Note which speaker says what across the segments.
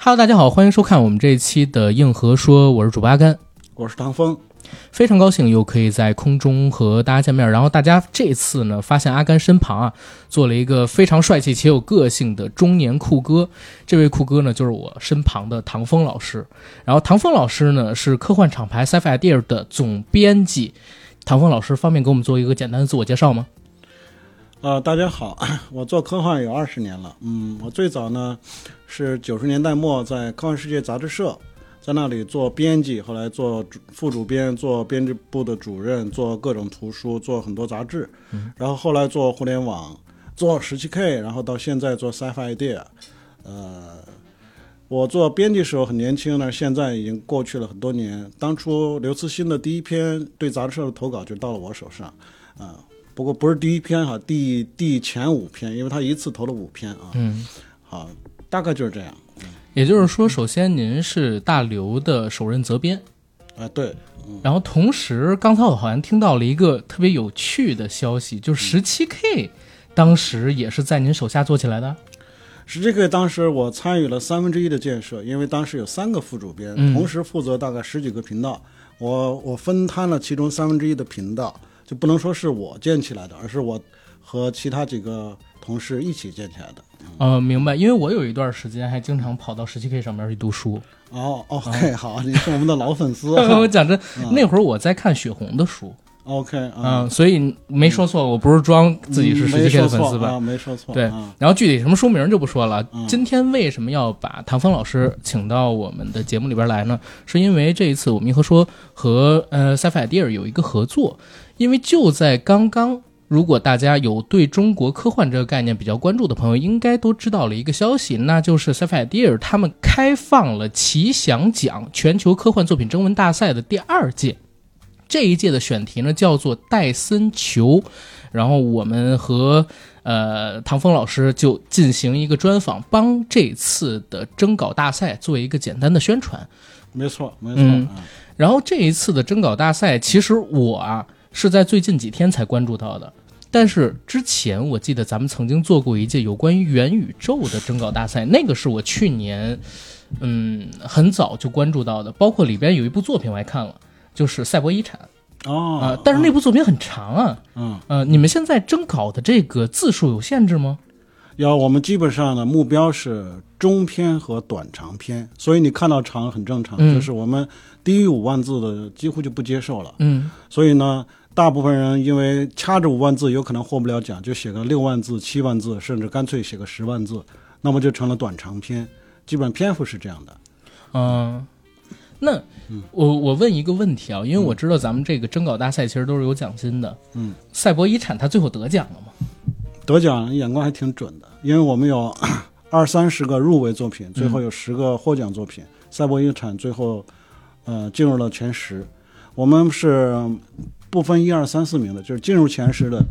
Speaker 1: Hello，大家好，欢迎收看我们这一期的硬核说，我是主八甘，
Speaker 2: 我是唐风，
Speaker 1: 非常高兴又可以在空中和大家见面。然后大家这次呢，发现阿甘身旁啊，坐了一个非常帅气且有个性的中年酷哥。这位酷哥呢，就是我身旁的唐风老师。然后唐风老师呢，是科幻厂牌 Sci-Fi Idea 的总编辑。唐风老师，方便给我们做一个简单的自我介绍吗？
Speaker 2: 呃，大家好， 我做科幻有二十年了。嗯，我最早呢是九十年代末在《科幻世界》杂志社，在那里做编辑，后来做主副主编，做编辑部的主任，做各种图书，做很多杂志。然后后来做互联网，做十七 K，然后到现在做 Sci-Fi Idea。呃，我做编辑时候很年轻呢，现在已经过去了很多年。当初刘慈欣的第一篇对杂志社的投稿就到了我手上，啊、不过不是第一篇哈，第第前五篇，因为他一次投了五篇啊。
Speaker 1: 嗯，
Speaker 2: 好，大概就是这样。
Speaker 1: 也就是说，首先您是大刘的首任责编，
Speaker 2: 啊、对，
Speaker 1: 然后同时，刚才我好像听到了一个特别有趣的消息，
Speaker 2: 嗯
Speaker 1: 就是十七 K 当时也是在您手下做起来的。
Speaker 2: 是这个。当时我参与了三分之一的建设，因为当时有三个副主编，
Speaker 1: 嗯
Speaker 2: 同时负责大概十几个频道，我我分摊了其中三分之一的频道，就不能说是我建起来的，而是我和其他几个同事一起建起来的。
Speaker 1: 呃，明白，因为我有一段时间还经常跑到十七 K 上面去读书。
Speaker 2: 哦，OK，好，
Speaker 1: 啊
Speaker 2: 你是我们的老粉丝。 啊
Speaker 1: 我讲真，
Speaker 2: 嗯
Speaker 1: 那会儿我在看雪红的书，
Speaker 2: OK，
Speaker 1: 嗯、
Speaker 2: 啊、
Speaker 1: 所以没说错，我不是装自己是十七 K 的粉丝吧？
Speaker 2: 嗯没说错啊，没说错。
Speaker 1: 对
Speaker 2: 啊、
Speaker 1: 然后具体什么书名就不说了。
Speaker 2: 嗯
Speaker 1: 今天为什么要把唐风老师请到我们的节目里边来呢？是因为这一次我们一和说和呃 Sci-Fi Idea 有一个合作，因为就在刚刚。如果大家有对中国科幻这个概念比较关注的朋友，应该都知道了一个消息，那就是 Sci-Fi Idea 他们开放了奇想奖全球科幻作品征文大赛的第二届。这一届的选题呢叫做戴森球，然后我们和呃，唐峰老师就进行一个专访，帮这次的征稿大赛做一个简单的宣传。
Speaker 2: 没错，没错。
Speaker 1: 嗯
Speaker 2: 啊
Speaker 1: 然后这一次的征稿大赛，其实我啊是在最近几天才关注到的，但是之前我记得咱们曾经做过一届有关于元宇宙的征稿大赛，那个是我去年嗯很早就关注到的，包括里边有一部作品我还看了，就是《赛博遗产》
Speaker 2: 哦、
Speaker 1: 啊、但是那部作品很长啊，
Speaker 2: 嗯，
Speaker 1: 呃，你们现在征稿的这个字数有限制吗？
Speaker 2: 要我们基本上呢，目标是中篇和短长篇，所以你看到长很正常，
Speaker 1: 嗯
Speaker 2: 就是我们低于五万字的几乎就不接受了。
Speaker 1: 嗯
Speaker 2: 所以呢，大部分人因为掐着五万字有可能获不了奖，就写个六万字、七万字，甚至干脆写个十万字，那么就成了短长篇，基本篇幅是这样的。
Speaker 1: 嗯，那我我问一个问题啊，因为我知道咱们这个征稿大赛其实都是有奖金的。
Speaker 2: 嗯，
Speaker 1: 赛博遗产它最后得奖了吗？
Speaker 2: 得奖眼光还挺准的，因为我们有 二三十个入围作品，最后有十个获奖作品，赛博遗产》最后呃进入了前十。我们是不分一二三四名的，就是进入前十的，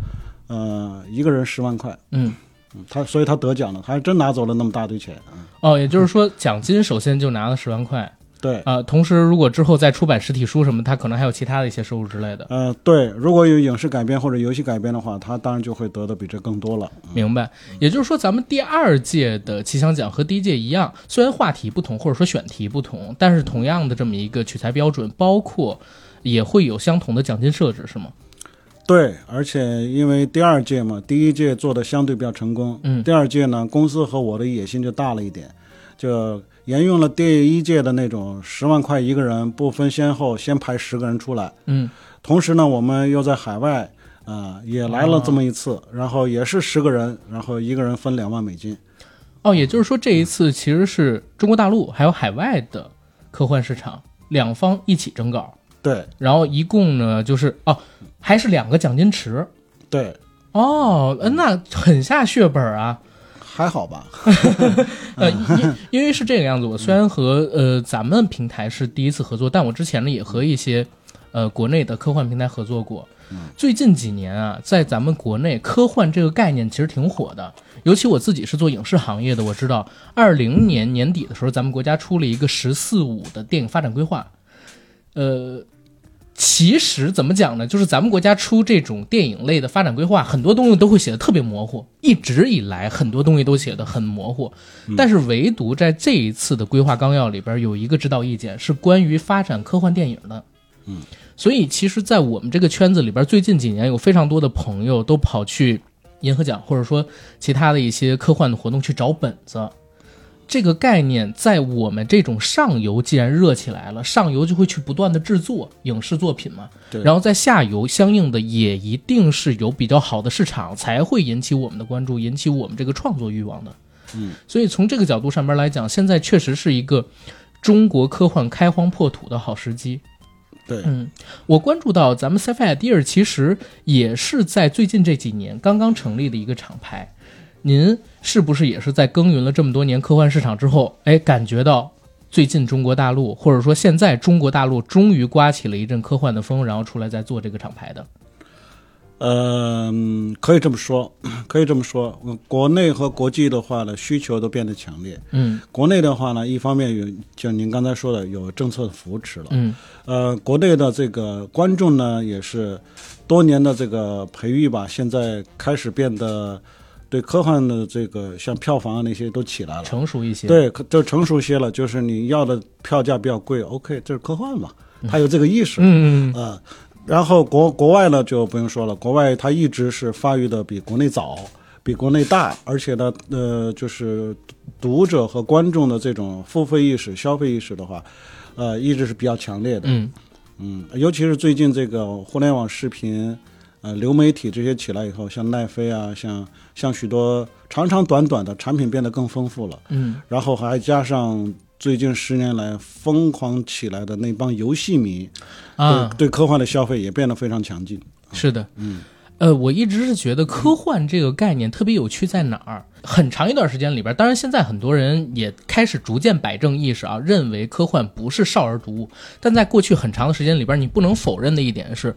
Speaker 2: 呃，一个人十万块，
Speaker 1: 嗯，
Speaker 2: 嗯他所以他得奖了，他还真拿走了那么大堆钱啊、嗯
Speaker 1: 哦，也就是说奖金首先就拿了十万块
Speaker 2: 对，
Speaker 1: 啊、同时如果之后再出版实体书什么，它可能还有其他的一些收入之类的。
Speaker 2: 呃，对，如果有影视改编或者游戏改编的话，他当然就会得的比这更多了。
Speaker 1: 明白，也就是说，咱们第二届的奇想奖和第一届一样，虽然话题不同或者说选题不同，但是同样的这么一个取材标准，包括也会有相同的奖金设置，是吗？
Speaker 2: 对，而且因为第二届嘛，第一届做的相对比较成功，
Speaker 1: 嗯
Speaker 2: 第二届呢，公司和我的野心就大了一点，就沿用了第一届的那种十万块一个人不分先后，先排十个人出来。
Speaker 1: 嗯，
Speaker 2: 同时呢，我们又在海外啊、呃也来了这么一次，然后也是十个人，然后一个人分两万美金。
Speaker 1: 哦，也就是说这一次其实是中国大陆还有海外的科幻市场两方一起征稿，
Speaker 2: 对
Speaker 1: 然后一共呢就是哦，还是两个奖金池
Speaker 2: 对，
Speaker 1: 哦，呃那很下血本啊。
Speaker 2: 还好吧？
Speaker 1: 呃，因因为是这个样子，我虽然和呃咱们平台是第一次合作，但我之前呢也和一些呃国内的科幻平台合作过。最近几年啊，在咱们国内科幻这个概念其实挺火的，尤其我自己是做影视行业的，我知道二零年年底的时候，咱们国家出了一个“十四五”的电影发展规划，呃，其实怎么讲呢？就是咱们国家出这种电影类的发展规划，很多东西都会写的特别模糊。一直以来，很多东西都写的很模糊，但是唯独在这一次的规划纲要里边有一个指导意见是关于发展科幻电影的。
Speaker 2: 嗯，
Speaker 1: 所以其实，在我们这个圈子里边，最近几年有非常多的朋友都跑去银河奖，或者说其他的一些科幻的活动去找本子。这个概念在我们这种上游既然热起来了，上游就会去不断的制作影视作品嘛，
Speaker 2: 对
Speaker 1: 然后在下游相应的也一定是有比较好的市场，才会引起我们的关注，引起我们这个创作欲望的。
Speaker 2: 嗯，
Speaker 1: 所以从这个角度上边来讲，现在确实是一个中国科幻开荒破土的好时机。
Speaker 2: 对
Speaker 1: 嗯，我关注到咱们 Sci-Fi Idea 其实也是在最近这几年刚刚成立的一个厂牌。您是不是也是在耕耘了这么多年科幻市场之后，哎，感觉到最近中国大陆或者说现在中国大陆终于刮起了一阵科幻的风，然后出来再做这个厂牌的？
Speaker 2: 嗯，可以这么说， 可以这么说。嗯国内和国际的话呢，需求都变得强烈。
Speaker 1: 嗯
Speaker 2: 国内的话呢，一方面有，就您刚才说的，有政策的扶持了。
Speaker 1: 嗯
Speaker 2: 呃，国内的这个观众呢，也是多年的这个培育吧，现在开始变得对科幻的这个像票房啊那些都起来了。
Speaker 1: 成熟一些。，
Speaker 2: 对，可就成熟些了，就是你要的票价比较贵，OK，这是科幻嘛，它有这个意识。
Speaker 1: 嗯嗯
Speaker 2: 啊，然后国国外呢就不用说了，国外它一直是发育的比国内早，比国内大，而且呢，呃，就是读者和观众的这种付费意识、消费意识的话，呃，一直是比较强烈的。
Speaker 1: 嗯
Speaker 2: 嗯，尤其是最近这个互联网视频、呃流媒体这些起来以后，像奈飞啊，像像许多长长短短的产品变得更丰富了，
Speaker 1: 嗯
Speaker 2: 然后还加上。最近十年来疯狂起来的那帮游戏迷，
Speaker 1: 啊，
Speaker 2: 对对科幻的消费也变得非常强劲。
Speaker 1: 是的，
Speaker 2: 嗯，
Speaker 1: 呃，我一直是觉得科幻这个概念特别有趣，在哪儿？很长一段时间里边，当然现在很多人也开始逐渐摆正意识啊，认为科幻不是少儿读物。但在过去很长的时间里边，你不能否认的一点是，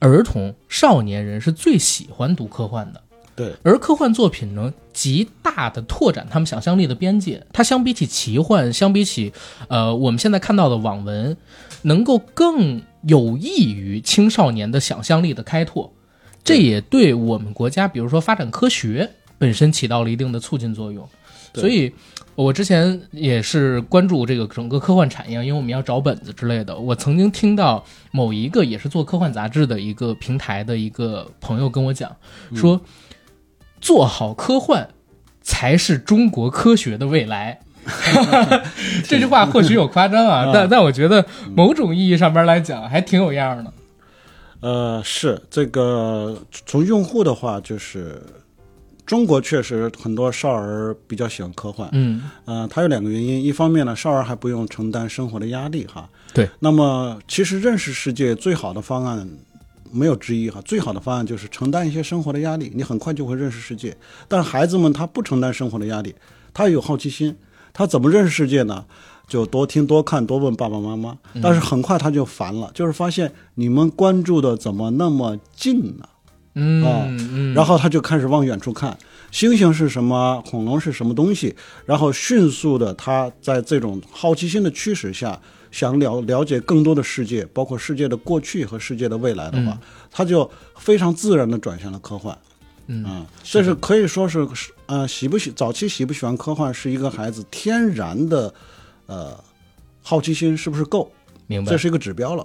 Speaker 1: 儿童、少年人是最喜欢读科幻的。
Speaker 2: 对，
Speaker 1: 而科幻作品呢，极大的拓展他们想象力的边界。它相比起奇幻，相比起呃我们现在看到的网文，能够更有益于青少年的想象力的开拓。这也对我们国家，比如说发展科学本身起到了一定的促进作用。
Speaker 2: 对
Speaker 1: 所以，我之前也是关注这个整个科幻产业，因为我们要找本子之类的。我曾经听到某一个也是做科幻杂志的一个平台的一个朋友跟我讲，说做好科幻才是中国科学的未 来。这句话或许有夸张啊，但但我觉得某种意义上边来讲还挺有样儿的。
Speaker 2: 呃，是这个从用户的话，就是中国确实很多少儿比较喜欢科幻。
Speaker 1: 嗯
Speaker 2: 呃，它有两个原因，一方面呢，少儿还不用承担生活的压力哈。
Speaker 1: 对。
Speaker 2: 那么，其实认识世界最好的方案没有之一哈，最好的方案就是承担一些生活的压力，你很快就会认识世界。但孩子们他不承担生活的压力，他有好奇心，他怎么认识世界呢？就多听、多看、多问爸爸妈妈。但是很快他就烦了，就是发现你们关注的怎么那么近呢？
Speaker 1: 嗯
Speaker 2: 哦
Speaker 1: 嗯，
Speaker 2: 然后他就开始往远处看，星星是什么，恐龙是什么东西，然后迅速的他在这种好奇心的驱使下，想了了解更多的世界，包括世界的过去和世界的未来的话，他就非常自然的转向了科幻。
Speaker 1: 嗯
Speaker 2: 啊，这是可以说是是呃喜不喜早期喜不喜欢科幻是一个孩子天然的呃好奇心是不是够，
Speaker 1: 明白嗯
Speaker 2: 这。是一个指标了。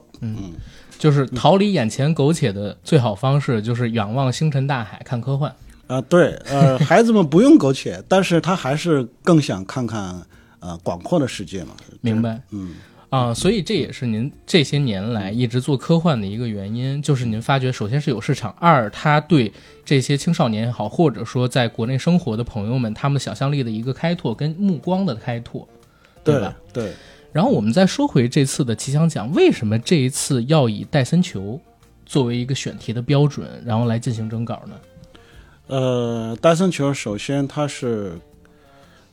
Speaker 1: 就是逃离眼前苟且的最好方式，就是仰望星辰大海，看科幻。
Speaker 2: 啊、对，呃，孩子们不用苟且，但是他还是更想看看呃广阔的世界嘛。
Speaker 1: 明白
Speaker 2: 嗯，
Speaker 1: 啊，所以这也是您这些年来一直做科幻的一个原因，就是您发觉，首先是有市场，二它对这些青少年也好，或者说在国内生活的朋友们，他们想象力的一个开拓跟目光的开拓，对吧？
Speaker 2: 对，
Speaker 1: 然后我们再说回这次的奇想奖，为什么这一次要以戴森球作为一个选题的标准，然后来进行征稿呢？
Speaker 2: 呃，戴森球首先它是，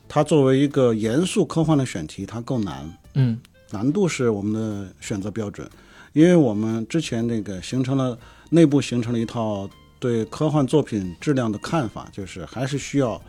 Speaker 2: 它作为一个严肃科幻的选题，它够难，
Speaker 1: 嗯
Speaker 2: 难度是我们的选择标准，因为我们之前那个形成了内部形成了一套对科幻作品质量的看法，就是还是需要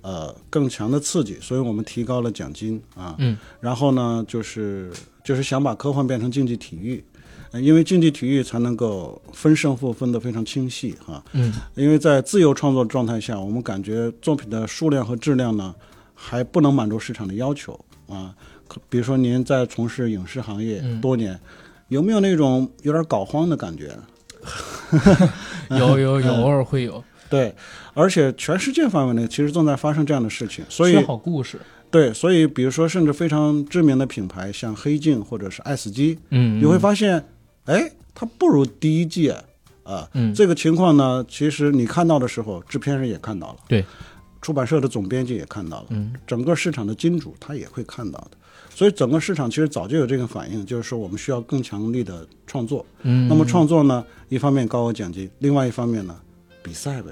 Speaker 2: 呃更强的刺激，所以我们提高了奖金啊，
Speaker 1: 嗯，
Speaker 2: 然后呢就是就是想把科幻变成竞技体育，呃因为竞技体育才能够分胜负分得非常清晰哈、
Speaker 1: 嗯
Speaker 2: 因为在自由创作状态下，我们感觉作品的数量和质量呢，还不能满足市场的要求啊。可比如说您在从事影视行业
Speaker 1: 嗯
Speaker 2: 多年，有没有那种有点搞荒的感觉？
Speaker 1: 有有有，偶尔会有，
Speaker 2: 对，而且全世界范围内其实正在发生这样的事情，所以
Speaker 1: 缺好故事，
Speaker 2: 对，所以比如说甚至非常知名的品牌，像黑镜或者是爱死机，
Speaker 1: 嗯，
Speaker 2: 你会发现，哎，它不如第一季啊。
Speaker 1: 嗯
Speaker 2: 这个情况呢，其实你看到的时候，制片人也看到了，
Speaker 1: 对，
Speaker 2: 出版社的总编辑也看到了，
Speaker 1: 嗯
Speaker 2: 整个市场的金主他也会看到的。所以整个市场其实早就有这个反应，就是说我们需要更强力的创作。
Speaker 1: 嗯，
Speaker 2: 那么创作呢，一方面高额奖金，另外一方面呢，比赛呗，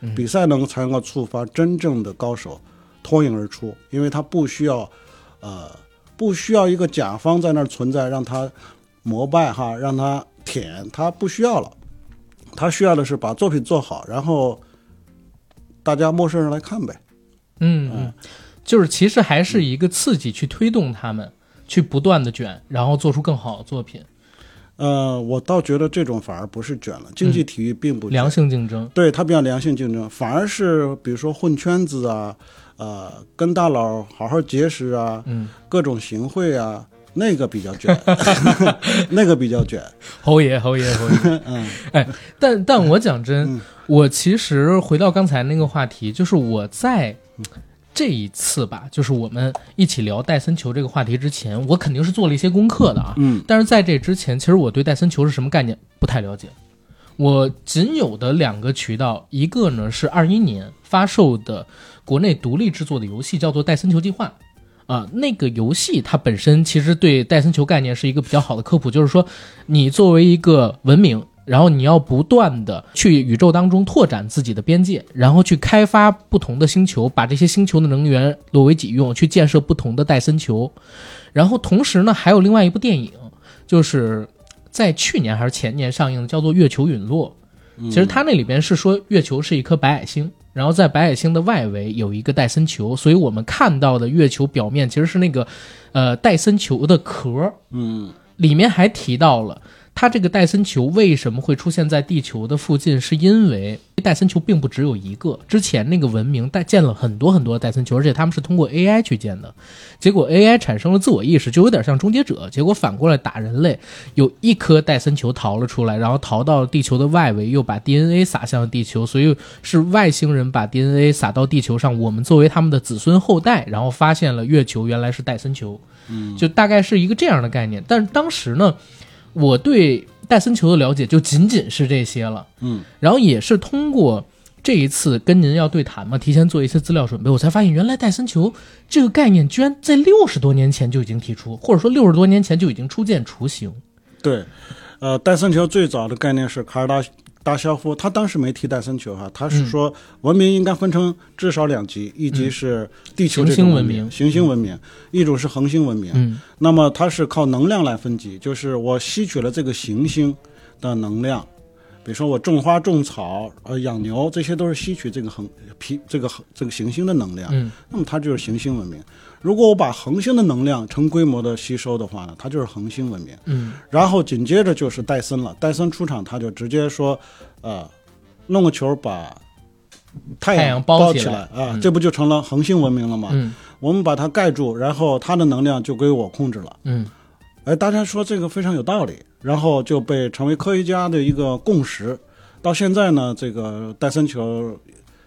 Speaker 1: 嗯
Speaker 2: 比赛能够才能够触发真正的高手脱颖而出，因为他不需要，呃，不需要一个甲方在那儿存在让他膜拜哈，让他舔，他不需要了，他需要的是把作品做好，然后大家陌生人来看呗。
Speaker 1: 嗯，嗯，就是其实还是一个刺激去推动他们去不断的卷，然后做出更好的作品，
Speaker 2: 呃，我倒觉得这种反而不是卷了，竞技体育并不
Speaker 1: 嗯
Speaker 2: 卷
Speaker 1: 良性竞争。
Speaker 2: 对它比较良性竞争，反而是比如说混圈子啊，呃，跟大佬好好结识啊，
Speaker 1: 嗯，
Speaker 2: 各种行贿啊，那个比较 卷，那个比较卷。
Speaker 1: 侯爷，侯爷，侯爷。
Speaker 2: 嗯
Speaker 1: 哎，但但我讲真，我其实回到刚才那个话题，就是我在。这一次吧，就是我们一起聊戴森球这个话题之前，我肯定是做了一些功课的啊。
Speaker 2: 嗯
Speaker 1: 但是在这之前，其实我对戴森球是什么概念不太了解。我仅有的两个渠道，一个呢是二一年发售的国内独立制作的游戏，叫做《戴森球计划》啊、那个游戏它本身其实对戴森球概念是一个比较好的科普，就是说你作为一个文明，然后你要不断的去宇宙当中拓展自己的边界，然后去开发不同的星球，把这些星球的能源落为己用，去建设不同的戴森球。然后同时呢，还有另外一部电影，就是在去年还是前年上映的，叫做《月球陨落》。其实它那里边是说月球是一颗白矮星，然后在白矮星的外围有一个戴森球，所以我们看到的月球表面其实是那个呃戴森球的壳儿。
Speaker 2: 嗯
Speaker 1: 里面还提到了，它这个戴森球为什么会出现在地球的附近，是因为戴森球并不只有一个，之前那个文明带建了很多很多戴森球，而且他们是通过 AI 去建的，结果 AI 产生了自我意识，就有点像终结者，结果反过来打人类，有一颗戴森球逃了出来，然后逃到地球的外围，又把 DNA 撒向了地球，所以是外星人把 DNA 撒到地球上，我们作为他们的子孙后代，然后发现了月球原来是戴森球。就大概是一个这样的概念。但是当时呢，我对戴森球的了解就仅仅是这些了，
Speaker 2: 嗯，
Speaker 1: 然后也是通过这一次跟您要对谈嘛，提前做一些资料准备，我才发现原来戴森球这个概念居然在六十多年前就已经提出，或者说六十多年前就已经初见雏形。
Speaker 2: 对，呃，戴森球最早的概念是卡尔达达肖夫，他当时没提戴森球哈，他
Speaker 1: 嗯
Speaker 2: 是说文明应该分成至少两级，一级是地球这
Speaker 1: 行
Speaker 2: 种
Speaker 1: 星
Speaker 2: 文
Speaker 1: 文
Speaker 2: 明，
Speaker 1: 明
Speaker 2: 行星文明，一种是恒星文明。
Speaker 1: 嗯
Speaker 2: 那么它是靠能量来分级，就是我吸取了这个行星的能量，比如说我种花、种草、呃养牛，这些都是吸取这个恒皮这个恒这个行星的能量。
Speaker 1: 嗯
Speaker 2: 那么它就是行星文明。如果我把恒星的能量成规模的吸收的话呢，它就是恒星文明。
Speaker 1: 嗯
Speaker 2: 然后紧接着就是戴森了，戴森出场他就直接说，呃，弄个球把太
Speaker 1: 太阳包
Speaker 2: 包
Speaker 1: 起
Speaker 2: 起
Speaker 1: 来
Speaker 2: 啊、这不就成了恒星文明了吗？
Speaker 1: 嗯
Speaker 2: 我们把它盖住，然后它的能量就归我控制了。
Speaker 1: 嗯
Speaker 2: 哎，大家说这个非常有道理，然后就被成为科学家的一个共识。到现在呢，这个戴森球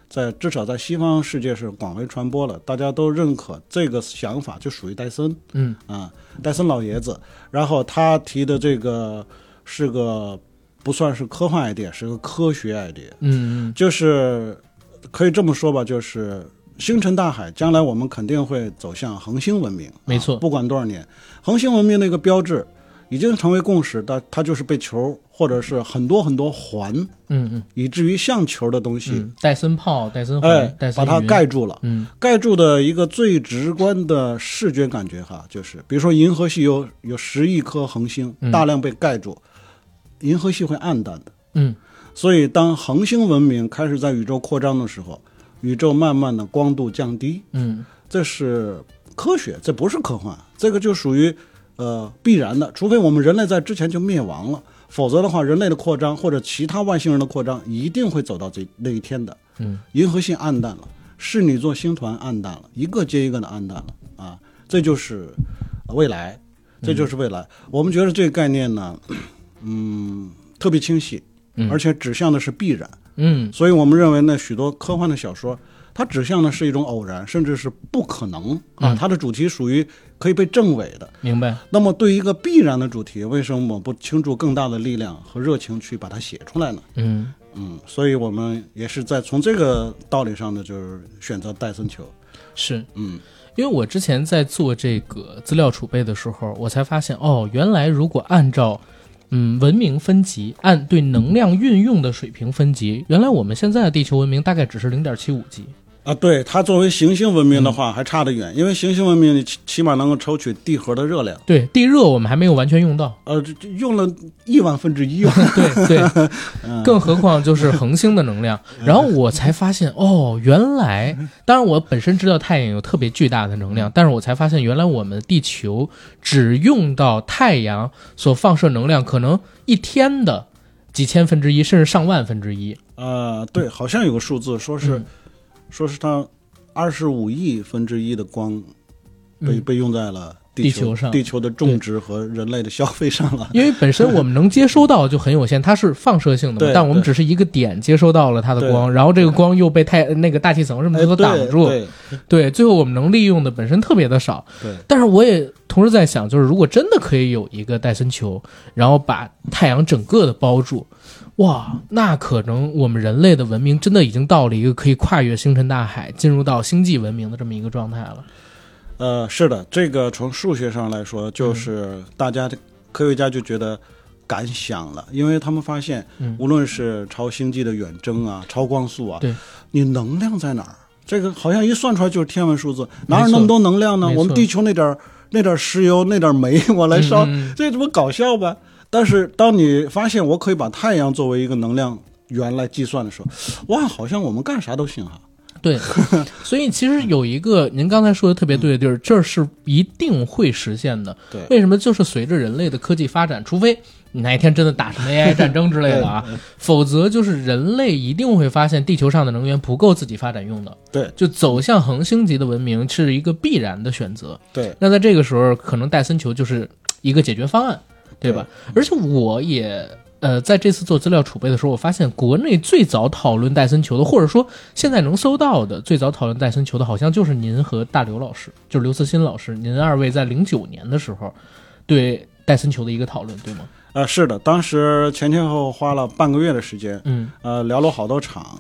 Speaker 2: 在至少在西方世界是广为传播了，大家都认可这个想法就属于戴森
Speaker 1: 嗯
Speaker 2: 啊、戴森老爷子。然后他提的这个是个不算是科幻 idea，是个科学 idea，
Speaker 1: 嗯嗯
Speaker 2: 就是可以这么说吧，就是星辰大海，将来我们肯定会走向恒星文明。
Speaker 1: 没错
Speaker 2: 啊不管多少年，恒星文明的一个标志已经成为共识，但它就是被球或者是很多很多环，
Speaker 1: 嗯嗯
Speaker 2: 以至于像球的东西，
Speaker 1: 嗯，戴森炮、戴森
Speaker 2: 哎
Speaker 1: 环、戴，森
Speaker 2: 把它
Speaker 1: 云
Speaker 2: 盖住了。
Speaker 1: 嗯
Speaker 2: 盖住的一个最直观的视觉感觉哈，就是比如说银河系有有十亿颗恒星，
Speaker 1: 嗯
Speaker 2: 大量被盖住，银河系会暗淡的。
Speaker 1: 嗯
Speaker 2: 所以，当恒星文明开始在宇宙扩张的时候，宇宙慢慢的光度降低，
Speaker 1: 嗯
Speaker 2: 这是科学，这不是科幻，这个就属于呃必然的，除非我们人类在之前就灭亡了，否则的话，人类的扩张或者其他外星人的扩张一定会走到这那一天的。
Speaker 1: 嗯，
Speaker 2: 银河系暗淡了，室女座星团暗淡了，一个接一个的暗淡了啊，这就是呃未来，这就是未来。
Speaker 1: 嗯
Speaker 2: 我们觉得这个概念呢，嗯，特别清晰，
Speaker 1: 嗯
Speaker 2: 而且指向的是必然。
Speaker 1: 嗯
Speaker 2: 所以我们认为呢，许多科幻的小说，它指向的是一种偶然，甚至是不可能啊，它的主题属于可以被证伪的。
Speaker 1: 明白。
Speaker 2: 那么，对于一个必然的主题，为什么我不倾注更大的力量和热情去把它写出来呢？
Speaker 1: 嗯，
Speaker 2: 嗯，所以我们也是在从这个道理上呢，就是选择戴森球。
Speaker 1: 是
Speaker 2: 嗯，
Speaker 1: 因为我之前在做这个资料储备的时候，我才发现哦，原来如果按照嗯文明分级，按对能量运用的水平分级，原来我们现在的地球文明大概只是零点七五级。
Speaker 2: 啊，对，它作为行星文明的话，还差得远，因为行星文明你起起码能够抽取地核的热量，
Speaker 1: 对，地热我们还没有完全用到。
Speaker 2: 呃，这这用了亿万分之一吧。
Speaker 1: 对对，
Speaker 2: 嗯
Speaker 1: 更何况就是恒星的能量。然后我才发现，哦，原来，当然我本身知道太阳有特别巨大的能
Speaker 2: 嗯
Speaker 1: 量，但是我才发现，原来我们地球只用到太阳所放射能量，可能一天的几千分之一，甚至上万分之 一。
Speaker 2: 呃，对，好像有个数字说
Speaker 1: 嗯
Speaker 2: 是，说是它二十五亿分之一的光被、
Speaker 1: 嗯
Speaker 2: 被用在了
Speaker 1: 地
Speaker 2: 球
Speaker 1: 球上
Speaker 2: 地球的种植和人类的消费上了。
Speaker 1: 因为本身我们能接收到就很有限，它是放射性的嘛
Speaker 2: 对，
Speaker 1: 但我们
Speaker 2: 对
Speaker 1: 只是一个点接收到了它的
Speaker 2: 对
Speaker 1: 光，然后这个光又被太那个大气层什么
Speaker 2: 哎，
Speaker 1: 的都
Speaker 2: 对
Speaker 1: 挡住，
Speaker 2: 对
Speaker 1: 对，最后我们能利用的本身特别的少，
Speaker 2: 对，
Speaker 1: 但是我也同时在想，就是如果真的可以有一个戴森球，然后把太阳整个的包住，哇，那可能我们人类的文明真的已经到了一个可以跨越星辰大海，进入到星际文明的这么一个状态了。
Speaker 2: 呃，是的，这个从数学上来说，就是
Speaker 1: 嗯
Speaker 2: 大家的科学家就觉得敢想了，因为他们发现，
Speaker 1: 嗯
Speaker 2: 无论是超星际的远征啊、超光速啊，
Speaker 1: 对，
Speaker 2: 你能量在哪儿？这个好像一算出来就是天文数字，哪有
Speaker 1: 没错
Speaker 2: 那么多能量呢
Speaker 1: 没？错
Speaker 2: 我们地球那点儿那点儿石油、那点儿煤， 我来烧，
Speaker 1: 嗯
Speaker 2: 这这不搞笑吧？但是当你发现我可以把太阳作为一个能量源来计算的时候，哇，好像我们干啥都行啊！
Speaker 1: 对，所以其实有一个您刚才说的特别对的地儿，这是一定会实现的。
Speaker 2: 对
Speaker 1: 为什么？就是随着人类的科技发展，除非你哪一天真的打什么 AI 战争之类的啊，否则就是人类一定会发现地球上的能源不够自己发展用的。
Speaker 2: 对
Speaker 1: 就走向恒星级的文明是一个必然的选择。
Speaker 2: 对，
Speaker 1: 那在这个时候，可能戴森球就是一个解决方案，对吧？而且我也呃，在这次做资料储备的时候，我发现国内最早讨论戴森球的，或者说现在能搜到的最早讨论戴森球的，好像就是您和大刘老师，就是刘慈欣老师，您二位在零九年的时候对戴森球的一个讨论，对吗？
Speaker 2: 呃，是的，当时前前后后花了半个月的时间，
Speaker 1: 嗯
Speaker 2: 呃，聊了好多场，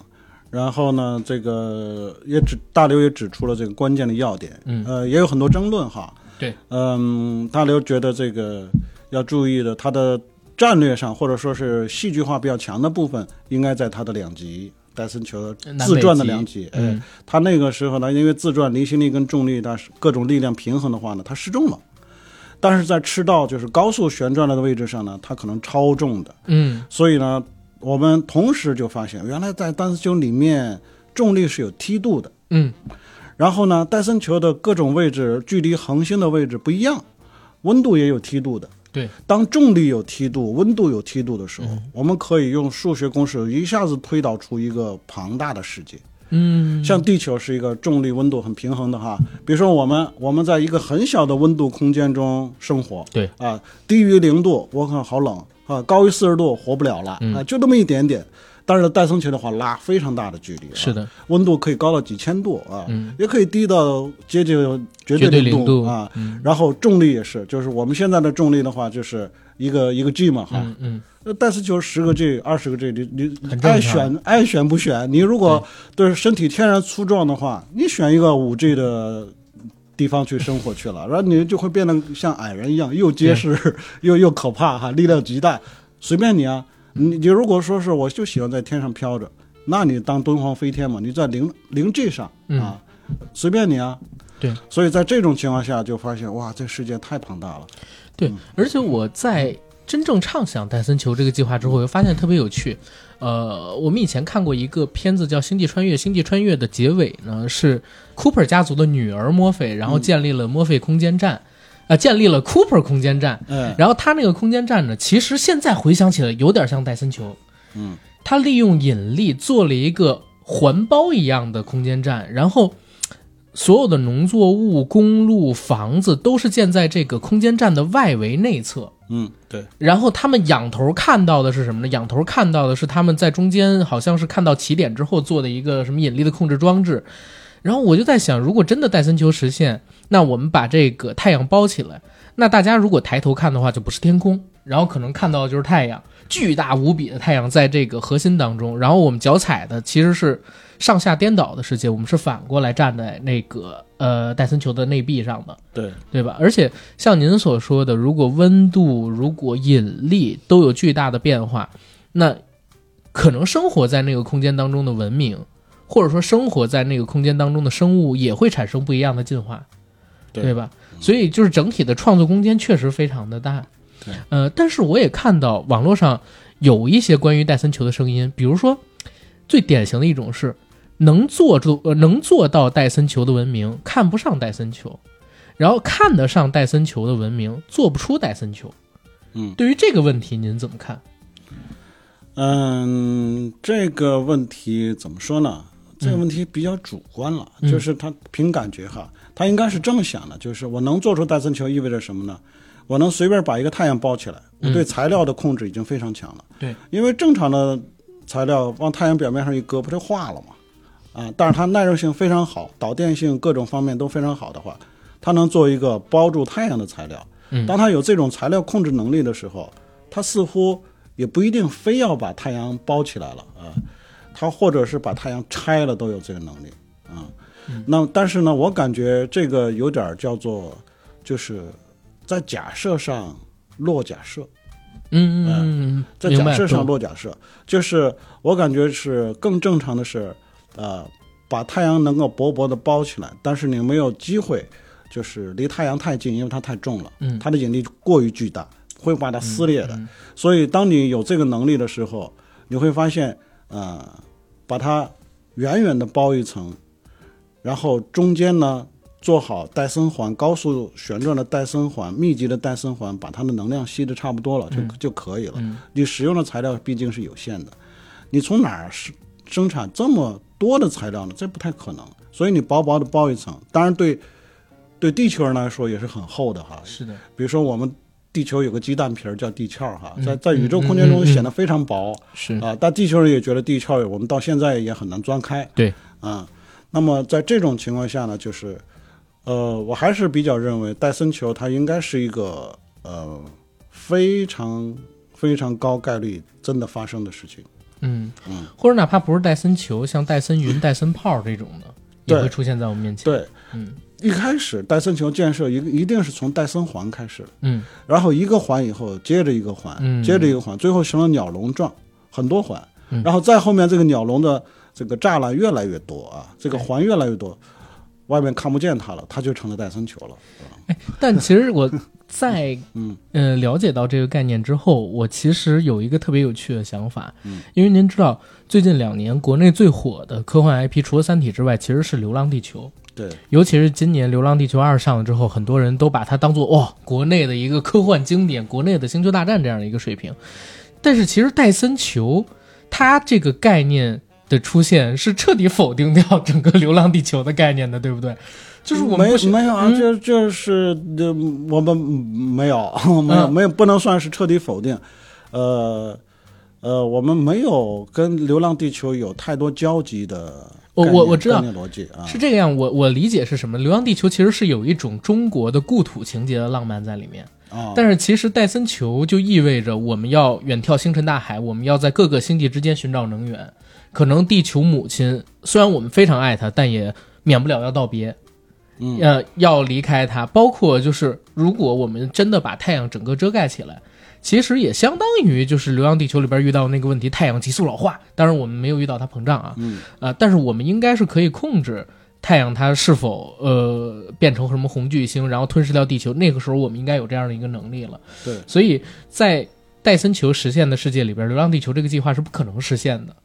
Speaker 2: 然后呢，这个也指大刘也指出了这个关键的要点，
Speaker 1: 嗯
Speaker 2: 呃，也有很多争论哈，
Speaker 1: 对，
Speaker 2: 嗯，大刘觉得这个要注意的，他的战略上或者说是戏剧化比较强的部分，应该在他的两极。戴森球的
Speaker 1: 南北
Speaker 2: 自转的
Speaker 1: 极
Speaker 2: 两极，哎，
Speaker 1: 嗯
Speaker 2: 他那个时候呢，因为自转离心力跟重力，它是各种力量平衡的话呢，它失重了。但是在赤道就是高速旋转的位置上呢，它可能超重的。
Speaker 1: 嗯
Speaker 2: 所以呢，我们同时就发现，原来在单丝球里面重力是有梯度的。
Speaker 1: 嗯，
Speaker 2: 然后呢，戴森球的各种位置距离恒星的位置不一样，温度也有梯度的。
Speaker 1: 对，
Speaker 2: 当重力有梯度、温度有梯度的时候，我们可以用数学公式一下子推导出一个庞大的世界。
Speaker 1: 嗯
Speaker 2: 像地球是一个重力温度很平衡的哈，比如说我们我们在一个很小的温度空间中生活，
Speaker 1: 对
Speaker 2: 啊，低于零度我看好冷啊，高于四十度活不了
Speaker 1: 嗯
Speaker 2: 了、啊，就这么一点点。但是戴森球的话拉非常大的距离、啊，
Speaker 1: 是的，嗯
Speaker 2: 温度可以高到几千度啊，也可以低到接近绝
Speaker 1: 绝对
Speaker 2: 零
Speaker 1: 零度嗯
Speaker 2: 啊。然后重力也是，就是我们现在的重力的话，就是一个一个 G 嘛哈，
Speaker 1: 嗯嗯，
Speaker 2: 那戴斯球十个 G、二十个 G，你你
Speaker 1: 很正
Speaker 2: 爱
Speaker 1: 常
Speaker 2: 选爱选不选？你如果对身体天然粗壮的话，你选一个五 G 的地方去生活去了，然后你就会变得像矮人一样，又结实又又可怕哈，力量极大，随便你啊。你你如果说是我就喜欢在天上飘着，那你当敦煌飞天嘛，你在零零 G 上啊，随便你啊。
Speaker 1: 嗯对，
Speaker 2: 所以在这种情况下，就发现哇，这世界太庞大了。
Speaker 1: 对，而且我在真正畅想戴森球这个计划之后，我又发现特别有趣。呃，我们以前看过一个片子叫《星际穿越》，《星际穿越》的结尾呢是 Cooper 家族的女儿墨菲，然后建立了墨菲空间站。呃建立了 Cooper 空间站。
Speaker 2: 哎，
Speaker 1: 然后他那个空间站呢，其实现在回想起来有点像戴森球，
Speaker 2: 嗯，
Speaker 1: 他利用引力做了一个环包一样的空间站，然后嘖所有的农作物、公路、房子都是建在这个空间站的外围内侧。
Speaker 2: 嗯，对，
Speaker 1: 然后他们仰头看到的是什么呢？仰头看到的是他们在中间好像是看到起点之后做的一个什么引力的控制装置。然后我就在想，如果真的戴森球实现，那我们把这个太阳包起来，那大家如果抬头看的话，就不是天空，然后可能看到的就是太阳，巨大无比的太阳在这个核心当中。然后我们脚踩的其实是上下颠倒的世界，我们是反过来站在那个呃戴森球的内壁上的。
Speaker 2: 对，
Speaker 1: 对吧？而且像您所说的，如果温度、如果引力都有巨大的变化，那可能生活在那个空间当中的文明，或者说生活在那个空间当中的生物，也会产生不一样的进化，
Speaker 2: 对
Speaker 1: 吧？所以就是整体的创作空间确实非常的大
Speaker 2: 对。
Speaker 1: 呃，但是我也看到网络上有一些关于戴森球的声音，比如说最典型的一种是能做出呃能做到戴森球的文明看不上戴森球，然后看得上戴森球的文明做不出戴森球。
Speaker 2: 嗯
Speaker 1: 对于这个问题您怎么看？
Speaker 2: 嗯，这个问题怎么说呢？这个问题比较主观了，
Speaker 1: 嗯
Speaker 2: 就是他凭感觉哈，他应该是这么想的，就是我能做出戴森球意味着什么呢？我能随便把一个太阳包起来，我对材料的控制已经非常强了。
Speaker 1: 嗯对，
Speaker 2: 因为正常的材料往太阳表面上一搁，不就化了吗？啊，但是它耐热性非常好，导电性各种方面都非常好的话，它能做一个包住太阳的材料。
Speaker 1: 嗯
Speaker 2: 当它有这种材料控制能力的时候，它似乎也不一定非要把太阳包起来了啊，它或者是把太阳拆了都有这个能力啊。那但是呢，我感觉这个有点儿叫做就是在假设上落假设。
Speaker 1: 嗯嗯
Speaker 2: 在
Speaker 1: 嗯，明
Speaker 2: 假
Speaker 1: 白。
Speaker 2: 设上
Speaker 1: 懂
Speaker 2: 落假设，就是我感觉是更正常的是，呃，把太阳能够薄薄的包起来，但是你没有机会，就是离太阳太近，因为它太重了，
Speaker 1: 嗯
Speaker 2: 它的引力过于巨大，会把它撕裂的。所以当你有这个能力的时候，你会发现，呃，把它远远的包一层，然后中间呢。做好戴森环，高速旋转的戴森环，密集的戴森环，把它的能量吸的差不多了，就、
Speaker 1: 嗯
Speaker 2: 就可以了。你使用的材料毕竟是有限的，你从哪儿生生产这么多的材料呢？这不太可能。所以你薄薄的包一层，当然对对地球人来说也是很厚的哈。
Speaker 1: 是的，
Speaker 2: 比如说我们地球有个鸡蛋皮儿叫地壳儿哈，在
Speaker 1: 嗯
Speaker 2: 在宇宙空间中显得非常薄
Speaker 1: 是
Speaker 2: 啊，但地球人也觉得地壳儿我们到现在也很难钻开
Speaker 1: 对，
Speaker 2: 啊。那么在这种情况下呢，就是呃，我还是比较认为戴森球它应该是一个呃非常非常高概率真的发生的事情。
Speaker 1: 嗯，或者哪怕不是戴森球，像戴森云、戴森炮这种的，也
Speaker 2: 对
Speaker 1: 会出现在我们面前。
Speaker 2: 对，
Speaker 1: 嗯
Speaker 2: 一开始戴森球建设一个一定是从戴森环开始的，
Speaker 1: 嗯
Speaker 2: 然后一个环以后接着一个环，
Speaker 1: 嗯
Speaker 2: 接着一个环，最后成了鸟笼状，很多环
Speaker 1: 嗯，
Speaker 2: 然后再后面这个鸟笼的这个栅栏越来越多
Speaker 1: 哎
Speaker 2: 啊，这个环越来越多，外面看不见它了，它就成了戴森球了。
Speaker 1: 但其实我在
Speaker 2: 嗯
Speaker 1: 呃了解到这个概念之后，我其实有一个特别有趣的想法，
Speaker 2: 嗯
Speaker 1: 因为您知道，最近两年国内最火的科幻 IP 除了《三体》之外，其实是《流浪地球》。
Speaker 2: 对，
Speaker 1: 尤其是今年《流浪地球二》上了之后，很多人都把它当做哇、国内的一个科幻经典，国内的《星球大战》这样的一个水平。但是其实戴森球，它这个概念的出现是彻底否定掉整个《流浪地球》的概念的，对不对？就是我们
Speaker 2: 没
Speaker 1: 不是
Speaker 2: 没有啊，
Speaker 1: 嗯
Speaker 2: 就就是呃我们没有 没有
Speaker 1: 嗯
Speaker 2: 没有不能算是彻底否定，呃呃，我们没有跟《流浪地球》有太多交集的概
Speaker 1: 我
Speaker 2: 念。
Speaker 1: 我我知道
Speaker 2: 概念逻辑啊，
Speaker 1: 是这个样，我我理解是什么？《流浪地球》其实是有一种中国的故土情节的浪漫在里面，
Speaker 2: 啊，
Speaker 1: 但是其实戴森球就意味着我们要远眺星辰大海，我们要在各个星际之间寻找能源。可能地球母亲虽然我们非常爱她，但也免不了要道别，
Speaker 2: 嗯
Speaker 1: 呃，要离开它。包括就是，如果我们真的把太阳整个遮盖起来，其实也相当于就是《流浪地球》里边遇到那个问题，太阳急速老化。当然，我们没有遇到它膨胀啊，
Speaker 2: 嗯
Speaker 1: 啊、但是我们应该是可以控制太阳它是否呃变成什么红巨星，然后吞噬掉地球。那个时候我们应该有这样的一个能力了。
Speaker 2: 对，
Speaker 1: 所以在戴森球实现的世界里边，《流浪地球》这个计划是不可能实现的。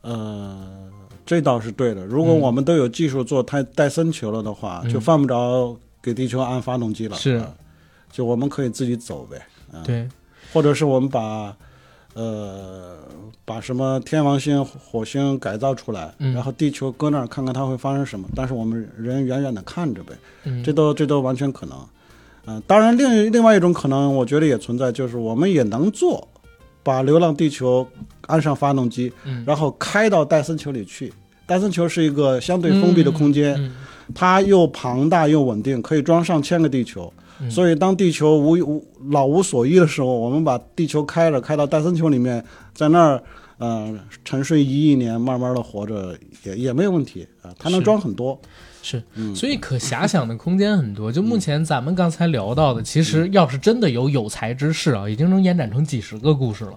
Speaker 2: 呃，
Speaker 1: 嗯
Speaker 2: 这倒是对的。如果我们都有技术做泰戴森球了的话，就犯不着。给地球安发动机了，
Speaker 1: 是
Speaker 2: 啊就我们可以自己走呗，啊，
Speaker 1: 对，
Speaker 2: 或者是我们把呃把什么天王星、火星改造出来，
Speaker 1: 嗯
Speaker 2: 然后地球搁那儿看看它会发生什么，但是我们人远远的看着呗，
Speaker 1: 嗯，
Speaker 2: 这都这都完全可能。嗯、当然另另外一种可能，我觉得也存在，就是我们也能做，把《流浪地球》安上发动机，
Speaker 1: 嗯
Speaker 2: 然后开到戴森球里去。戴森球是一个相对封闭的空间，
Speaker 1: 嗯
Speaker 2: 它又庞大又稳定，可以装上千个地球。
Speaker 1: 嗯
Speaker 2: 所以，当地球无无老无所依的时候，我们把地球开了，开到戴森球里面，在那儿呃沉睡一亿年，慢慢的活着也也没有问题啊。它能
Speaker 1: 是
Speaker 2: 装很多，
Speaker 1: 是，
Speaker 2: 嗯
Speaker 1: 所以可遐想的空间很多。就目前咱们刚才聊到的，其实要是真的有有才之士啊，已经能延展成几十个故事了，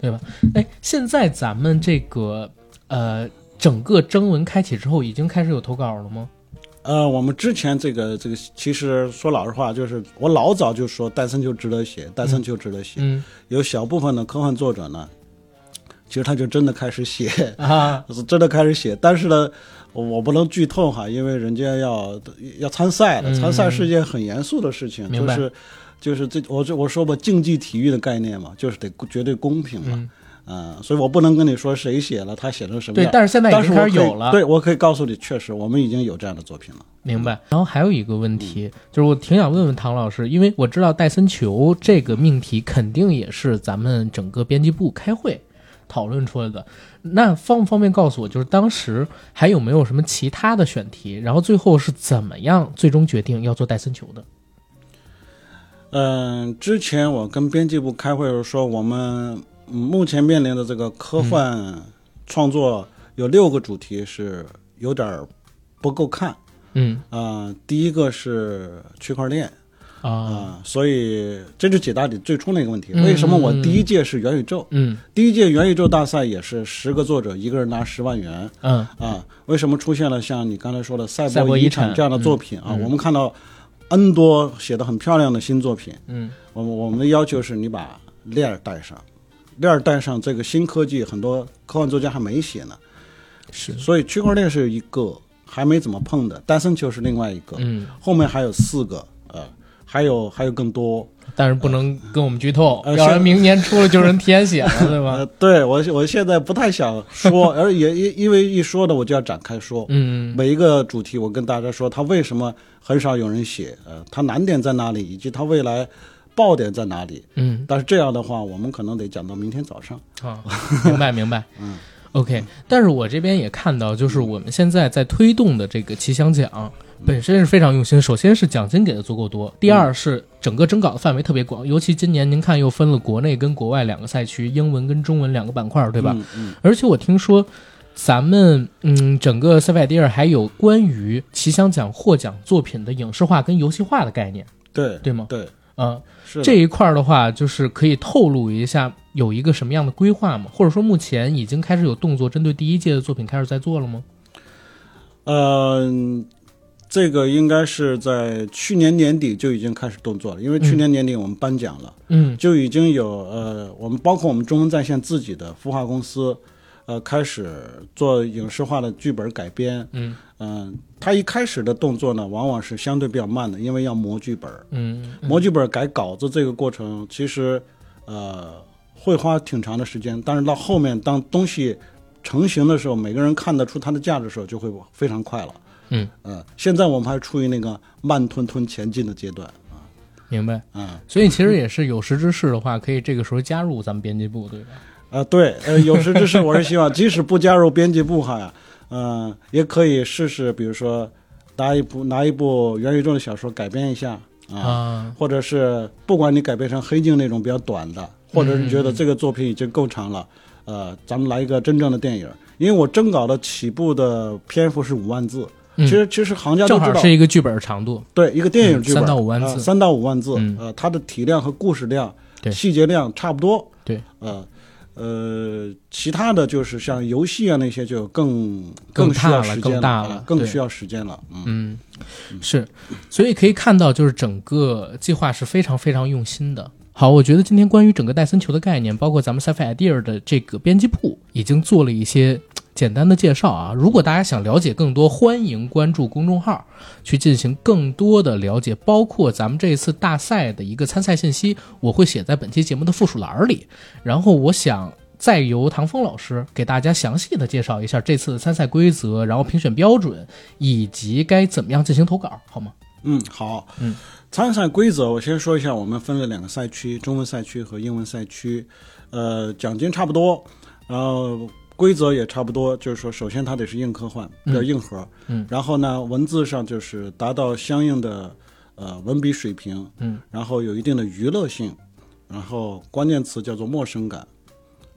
Speaker 1: 对吧？哎，现在咱们这个呃，整个征文开启之后，已经开始有投稿了吗？
Speaker 2: 呃，我们之前这个这个，其实说老实话，就是我老早就说戴森就值得写，戴森就值得写。
Speaker 1: 嗯
Speaker 2: 有小部分的科幻作者呢，其实他就真的开始写，
Speaker 1: 啊，
Speaker 2: 是真的开始写。但是呢，我不能剧透哈，因为人家要要参赛了，
Speaker 1: 嗯
Speaker 2: 参赛是件很严肃的事情，
Speaker 1: 明
Speaker 2: 就
Speaker 1: 白
Speaker 2: 是就是这我这我说过竞技体育的概念嘛，就是得绝对公平嘛。
Speaker 1: 嗯，
Speaker 2: 嗯、所以我不能跟你说谁写了，他写成什么
Speaker 1: 对，
Speaker 2: 样。
Speaker 1: 但是现在已
Speaker 2: 嗯但是
Speaker 1: 经
Speaker 2: 我
Speaker 1: 开
Speaker 2: 可
Speaker 1: 始
Speaker 2: 以
Speaker 1: 有了，
Speaker 2: 对我可以告诉你，确实我们已经有这样的作品了。
Speaker 1: 明白。然后还有一个问题，
Speaker 2: 嗯
Speaker 1: 就是我挺想问问唐老师，因为我知道戴森球这个命题肯定也是咱们整个编辑部开会讨论出来的。那方不方便告诉我，就是当时还有没有什么其他的选题？然后最后是怎么样最终决定要做戴森球的？
Speaker 2: 嗯，之前我跟编辑部开会的时候说，我们嗯目前面临的这个科幻创作有六个主题是有点儿不够看
Speaker 1: 嗯
Speaker 2: 啊、呃第一个是区块链啊、
Speaker 1: 啊，
Speaker 2: 所以这就解答你最初那个问题，
Speaker 1: 嗯
Speaker 2: 为什么我第一届是元宇宙？
Speaker 1: 嗯
Speaker 2: 第一届元宇宙大赛也是十个作者，一个人拿十万元，
Speaker 1: 嗯
Speaker 2: 啊，为什么出现了像你刚才说的赛
Speaker 1: 赛博
Speaker 2: 博
Speaker 1: 遗
Speaker 2: 遗
Speaker 1: 产
Speaker 2: 产这样的
Speaker 1: 嗯
Speaker 2: 作品啊？
Speaker 1: 嗯
Speaker 2: 我们看到 N 多写的很漂亮的新作品，
Speaker 1: 嗯
Speaker 2: 我们我们的要求是你把链儿带上，链儿带上这个新科技，很多科幻作家还没写呢，
Speaker 1: 是
Speaker 2: 所以区块链是一个还没怎么碰的，单身球是另外一个，
Speaker 1: 嗯，
Speaker 2: 后面还有四个，呃，还有还有更多，
Speaker 1: 但是不能跟我们剧透，
Speaker 2: 呃
Speaker 1: 要不然
Speaker 2: 是
Speaker 1: 明年出了就人填写了，对吧？
Speaker 2: 呃，对我我现在不太想 说，而也因因为一说呢，我就要展开说，
Speaker 1: 嗯
Speaker 2: 每一个主题，我跟大家说它为什么很少有人写，呃，它难点在哪里，以及它未来爆点在哪里。
Speaker 1: 嗯。
Speaker 2: 但是这样的话，我们可能得讲到明天早上。
Speaker 1: 啊，明白明白。嗯，OK。但是我这边也看到，就是我们现在在推动的这个奇想奖本身是非常用心。首先是奖金给的足够多，第二是整个征稿的范围特别广，尤其今年您看又分了国内跟国外两个赛区，英文跟中文两个板块，对吧？
Speaker 2: 嗯嗯
Speaker 1: 而且我听说。咱们嗯，整个塞维迪尔还有关于奇想奖获奖作品的影视化跟游戏化的概念，
Speaker 2: 对
Speaker 1: 对吗？
Speaker 2: 对，
Speaker 1: 嗯、
Speaker 2: 是的
Speaker 1: 这一块儿的话，就是可以透露一下有一个什么样的规划吗？或者说目前已经开始有动作，针对第一届的作品开始在做了吗？
Speaker 2: 嗯，这个应该是在去年年底就已经开始动作了，因为去年年底我们颁奖了，
Speaker 1: 嗯
Speaker 2: 就已经有呃，我们包括我们中文在线自己的孵化公司，呃，开始做影视化的剧本改编。
Speaker 1: 嗯
Speaker 2: 嗯，他一开始的动作呢，往往是相对比较慢的，因为要磨剧本儿。
Speaker 1: 嗯
Speaker 2: 磨剧本儿改稿子这个过程，其实呃会花挺长的时间，但是到后面当东西成型的时候，每个人看得出它的价值的时候，就会非常快了。
Speaker 1: 嗯
Speaker 2: 嗯，现在我们还处于那个慢吞吞前进的阶段。
Speaker 1: 明白。
Speaker 2: 嗯，
Speaker 1: 所以其实也是有识之士的话，可以这个时候加入咱们编辑部，对吧？
Speaker 2: 啊，对，呃，有识之士，我是希望，即使不加入编辑部哈 呀，嗯、也可以试试，比如说拿一部拿一部元宇宙的小说改编一下啊，
Speaker 1: 啊，
Speaker 2: 或者是不管你改编成黑镜那种比较短的，或者是觉得
Speaker 1: 嗯
Speaker 2: 这个作品已经够长了，呃，咱们来一个真正的电影。因为我征稿的起步的篇幅是五万字，
Speaker 1: 嗯
Speaker 2: 其实其实行家都
Speaker 1: 正
Speaker 2: 知
Speaker 1: 好
Speaker 2: 道，
Speaker 1: 是一个剧本长度。
Speaker 2: 对一个电影
Speaker 1: 嗯
Speaker 2: 剧本
Speaker 1: 3到5万字
Speaker 2: 呃三到五万字
Speaker 1: 嗯，
Speaker 2: 呃，它的体量和故事量
Speaker 1: 对、
Speaker 2: 细节量差不多，
Speaker 1: 对，
Speaker 2: 呃。呃，其他的就是像游戏啊那些就更
Speaker 1: 更
Speaker 2: 需要
Speaker 1: 大了
Speaker 2: 时
Speaker 1: 更
Speaker 2: 间
Speaker 1: 大了
Speaker 2: 了，呃更
Speaker 1: 对
Speaker 2: 需要时间了。嗯，
Speaker 1: 嗯，是，所以可以看到，就是整个计划是非常非常用心的。好，我觉得今天关于整个戴森球的概念，包括咱们 Sci-Fi Idea 的这个编辑部，已经做了一些简单的介绍啊。如果大家想了解更多，欢迎关注公众号去进行更多的了解，包括咱们这一次大赛的一个参赛信息，我会写在本期节目的附属栏儿里。然后我想。再由唐峰老师给大家详细的介绍一下这次的参赛规则，然后评选标准，以及该怎么样进行投稿，好吗？
Speaker 2: 嗯，好，
Speaker 1: 嗯，
Speaker 2: 参赛规则我先说一下，我们分了两个赛区，中文赛区和英文赛区，呃，奖金差不多，然后规则也差不多，就是说，首先它得是硬科幻，
Speaker 1: 嗯
Speaker 2: 要硬核，
Speaker 1: 嗯，
Speaker 2: 然后呢，文字上就是达到相应的呃文笔水平，
Speaker 1: 嗯，
Speaker 2: 然后有一定的娱乐性，然后关键词叫做陌生感。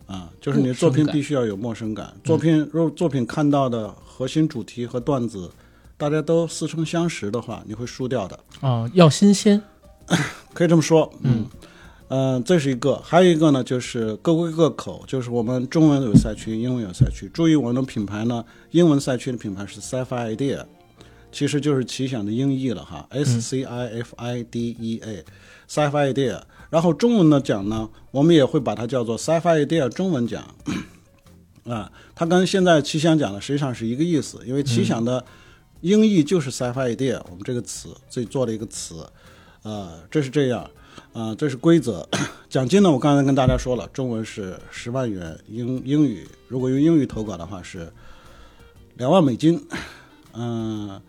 Speaker 2: 啊，就是你的作
Speaker 1: 陌生
Speaker 2: 品
Speaker 1: 感嗯
Speaker 2: 必须要有陌生感。作品若作品看到的核心主题和段子，大家都似曾相识的话，你会输掉的。
Speaker 1: 啊、要新鲜，
Speaker 2: 可以这么说，嗯，呃，这是一个，还有一个呢，就是各归各口，就是我们中文有赛区，英文有赛区。注意，我们的品牌呢，英文赛区的品牌是 Sci-Fi Idea，其实就是奇想的音译了哈，S C I F I D E A，Sci-Fi Idea。然后中文的奖呢，我们也会把它叫做 Sci-Fi Idea 中文奖， 啊，它跟现在奇想奖呢实际上是一个意思，因为奇想的英译就是 Sci-Fi Idea，我们这个词自己做了一个词，呃，这是这样，呃，这是规则。 奖金呢，我刚才跟大家说了，中文是十万元，英英语如果用英语投稿的话是两万美金，嗯、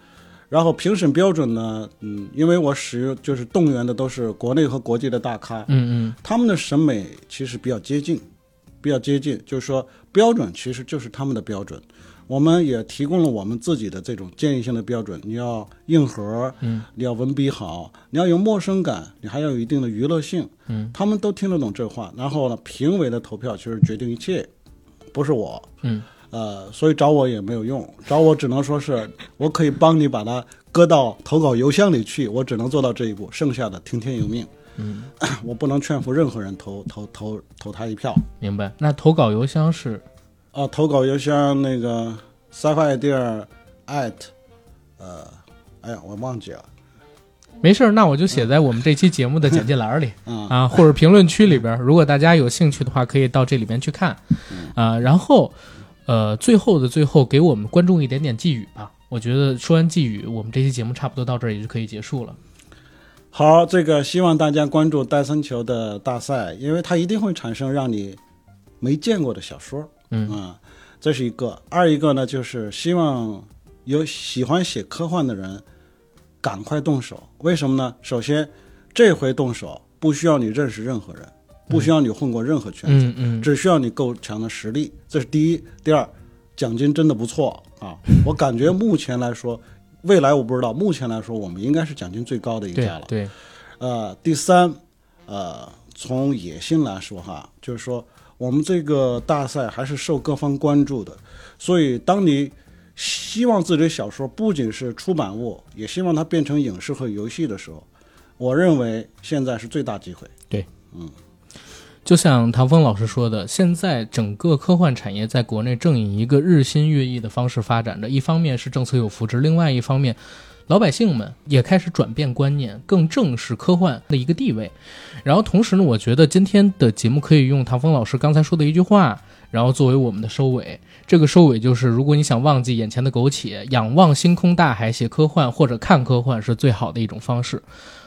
Speaker 2: 然后评审标准呢，嗯，因为我使用就是动员的都是国内和国际的大咖，
Speaker 1: 嗯嗯
Speaker 2: 他们的审美其实比较接近，比较接近，就是说标准其实就是他们的标准。我们也提供了我们自己的这种建议性的标准，你要硬核，
Speaker 1: 嗯，
Speaker 2: 你要文笔好，你要有陌生感，你还要有一定的娱乐性，
Speaker 1: 嗯，
Speaker 2: 他们都听得懂这话。然后呢，评委的投票其实决定一切，不是我，
Speaker 1: 嗯，
Speaker 2: 呃，所以找我也没有用，找我只能说是我可以帮你把它搁到投稿邮箱里去，我只能做到这一步，剩下的听天由命。 我不能劝服任何人投投投投他一票。
Speaker 1: 明白。那投稿邮箱是
Speaker 2: 啊，投稿邮箱那个 sci-fi idea at，呃，哎呀，我忘记了
Speaker 1: 没事儿，那我就写在我们这期节目的简介栏儿里
Speaker 2: 嗯
Speaker 1: 啊，或者评论区里边儿。如果大家有兴趣的话，可以到这里边去看啊。然后，呃，最后的最后，给我们观众一点点寄语吧。我觉得说完寄语，我们这期节目差不多到这儿也就可以结束了。
Speaker 2: 好，这个希望大家关注戴森球的大赛，因为它一定会产生让你没见过的小说。
Speaker 1: 嗯
Speaker 2: 啊，这是一个。二一个呢，就是希望有喜欢写科幻的人赶快动手。为什么呢？首先，这回动手不需要你认识任何人，不需要你混过任何圈子。
Speaker 1: 嗯嗯，
Speaker 2: 只需要你够强的实力，这是第一。第二，奖金真的不错 啊！我感觉目前来说，未来我不知道，目前来说我们应该是奖金最高的一
Speaker 1: 对
Speaker 2: 家了。
Speaker 1: 对，
Speaker 2: 呃，第三，呃，从野心来说哈，就是说我们这个大赛还是受各方关注的，所以当你希望自己的小说不仅是出版物，也希望它变成影视和游戏的时候，我认为现在是最大机会。
Speaker 1: 就像唐峰老师说的，现在整个科幻产业在国内正以一个日新月异的方式发展着。一方面是政策有扶持，另外一方面，老百姓们也开始转变观念，更正视科幻的一个地位。然后同时呢，我觉得今天的节目可以用唐峰老师刚才说的一句话，然后作为我们的收尾。这个收尾就是，如果你想忘记眼前的苟且，仰望星空大海，写科幻或者看科幻是最好的一种方式。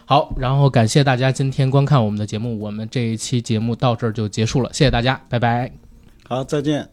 Speaker 1: 好，然后感谢大家今天观看我们的节目，我们这一期节目到这儿就结束了，谢谢大家，拜拜。
Speaker 2: 好，再见。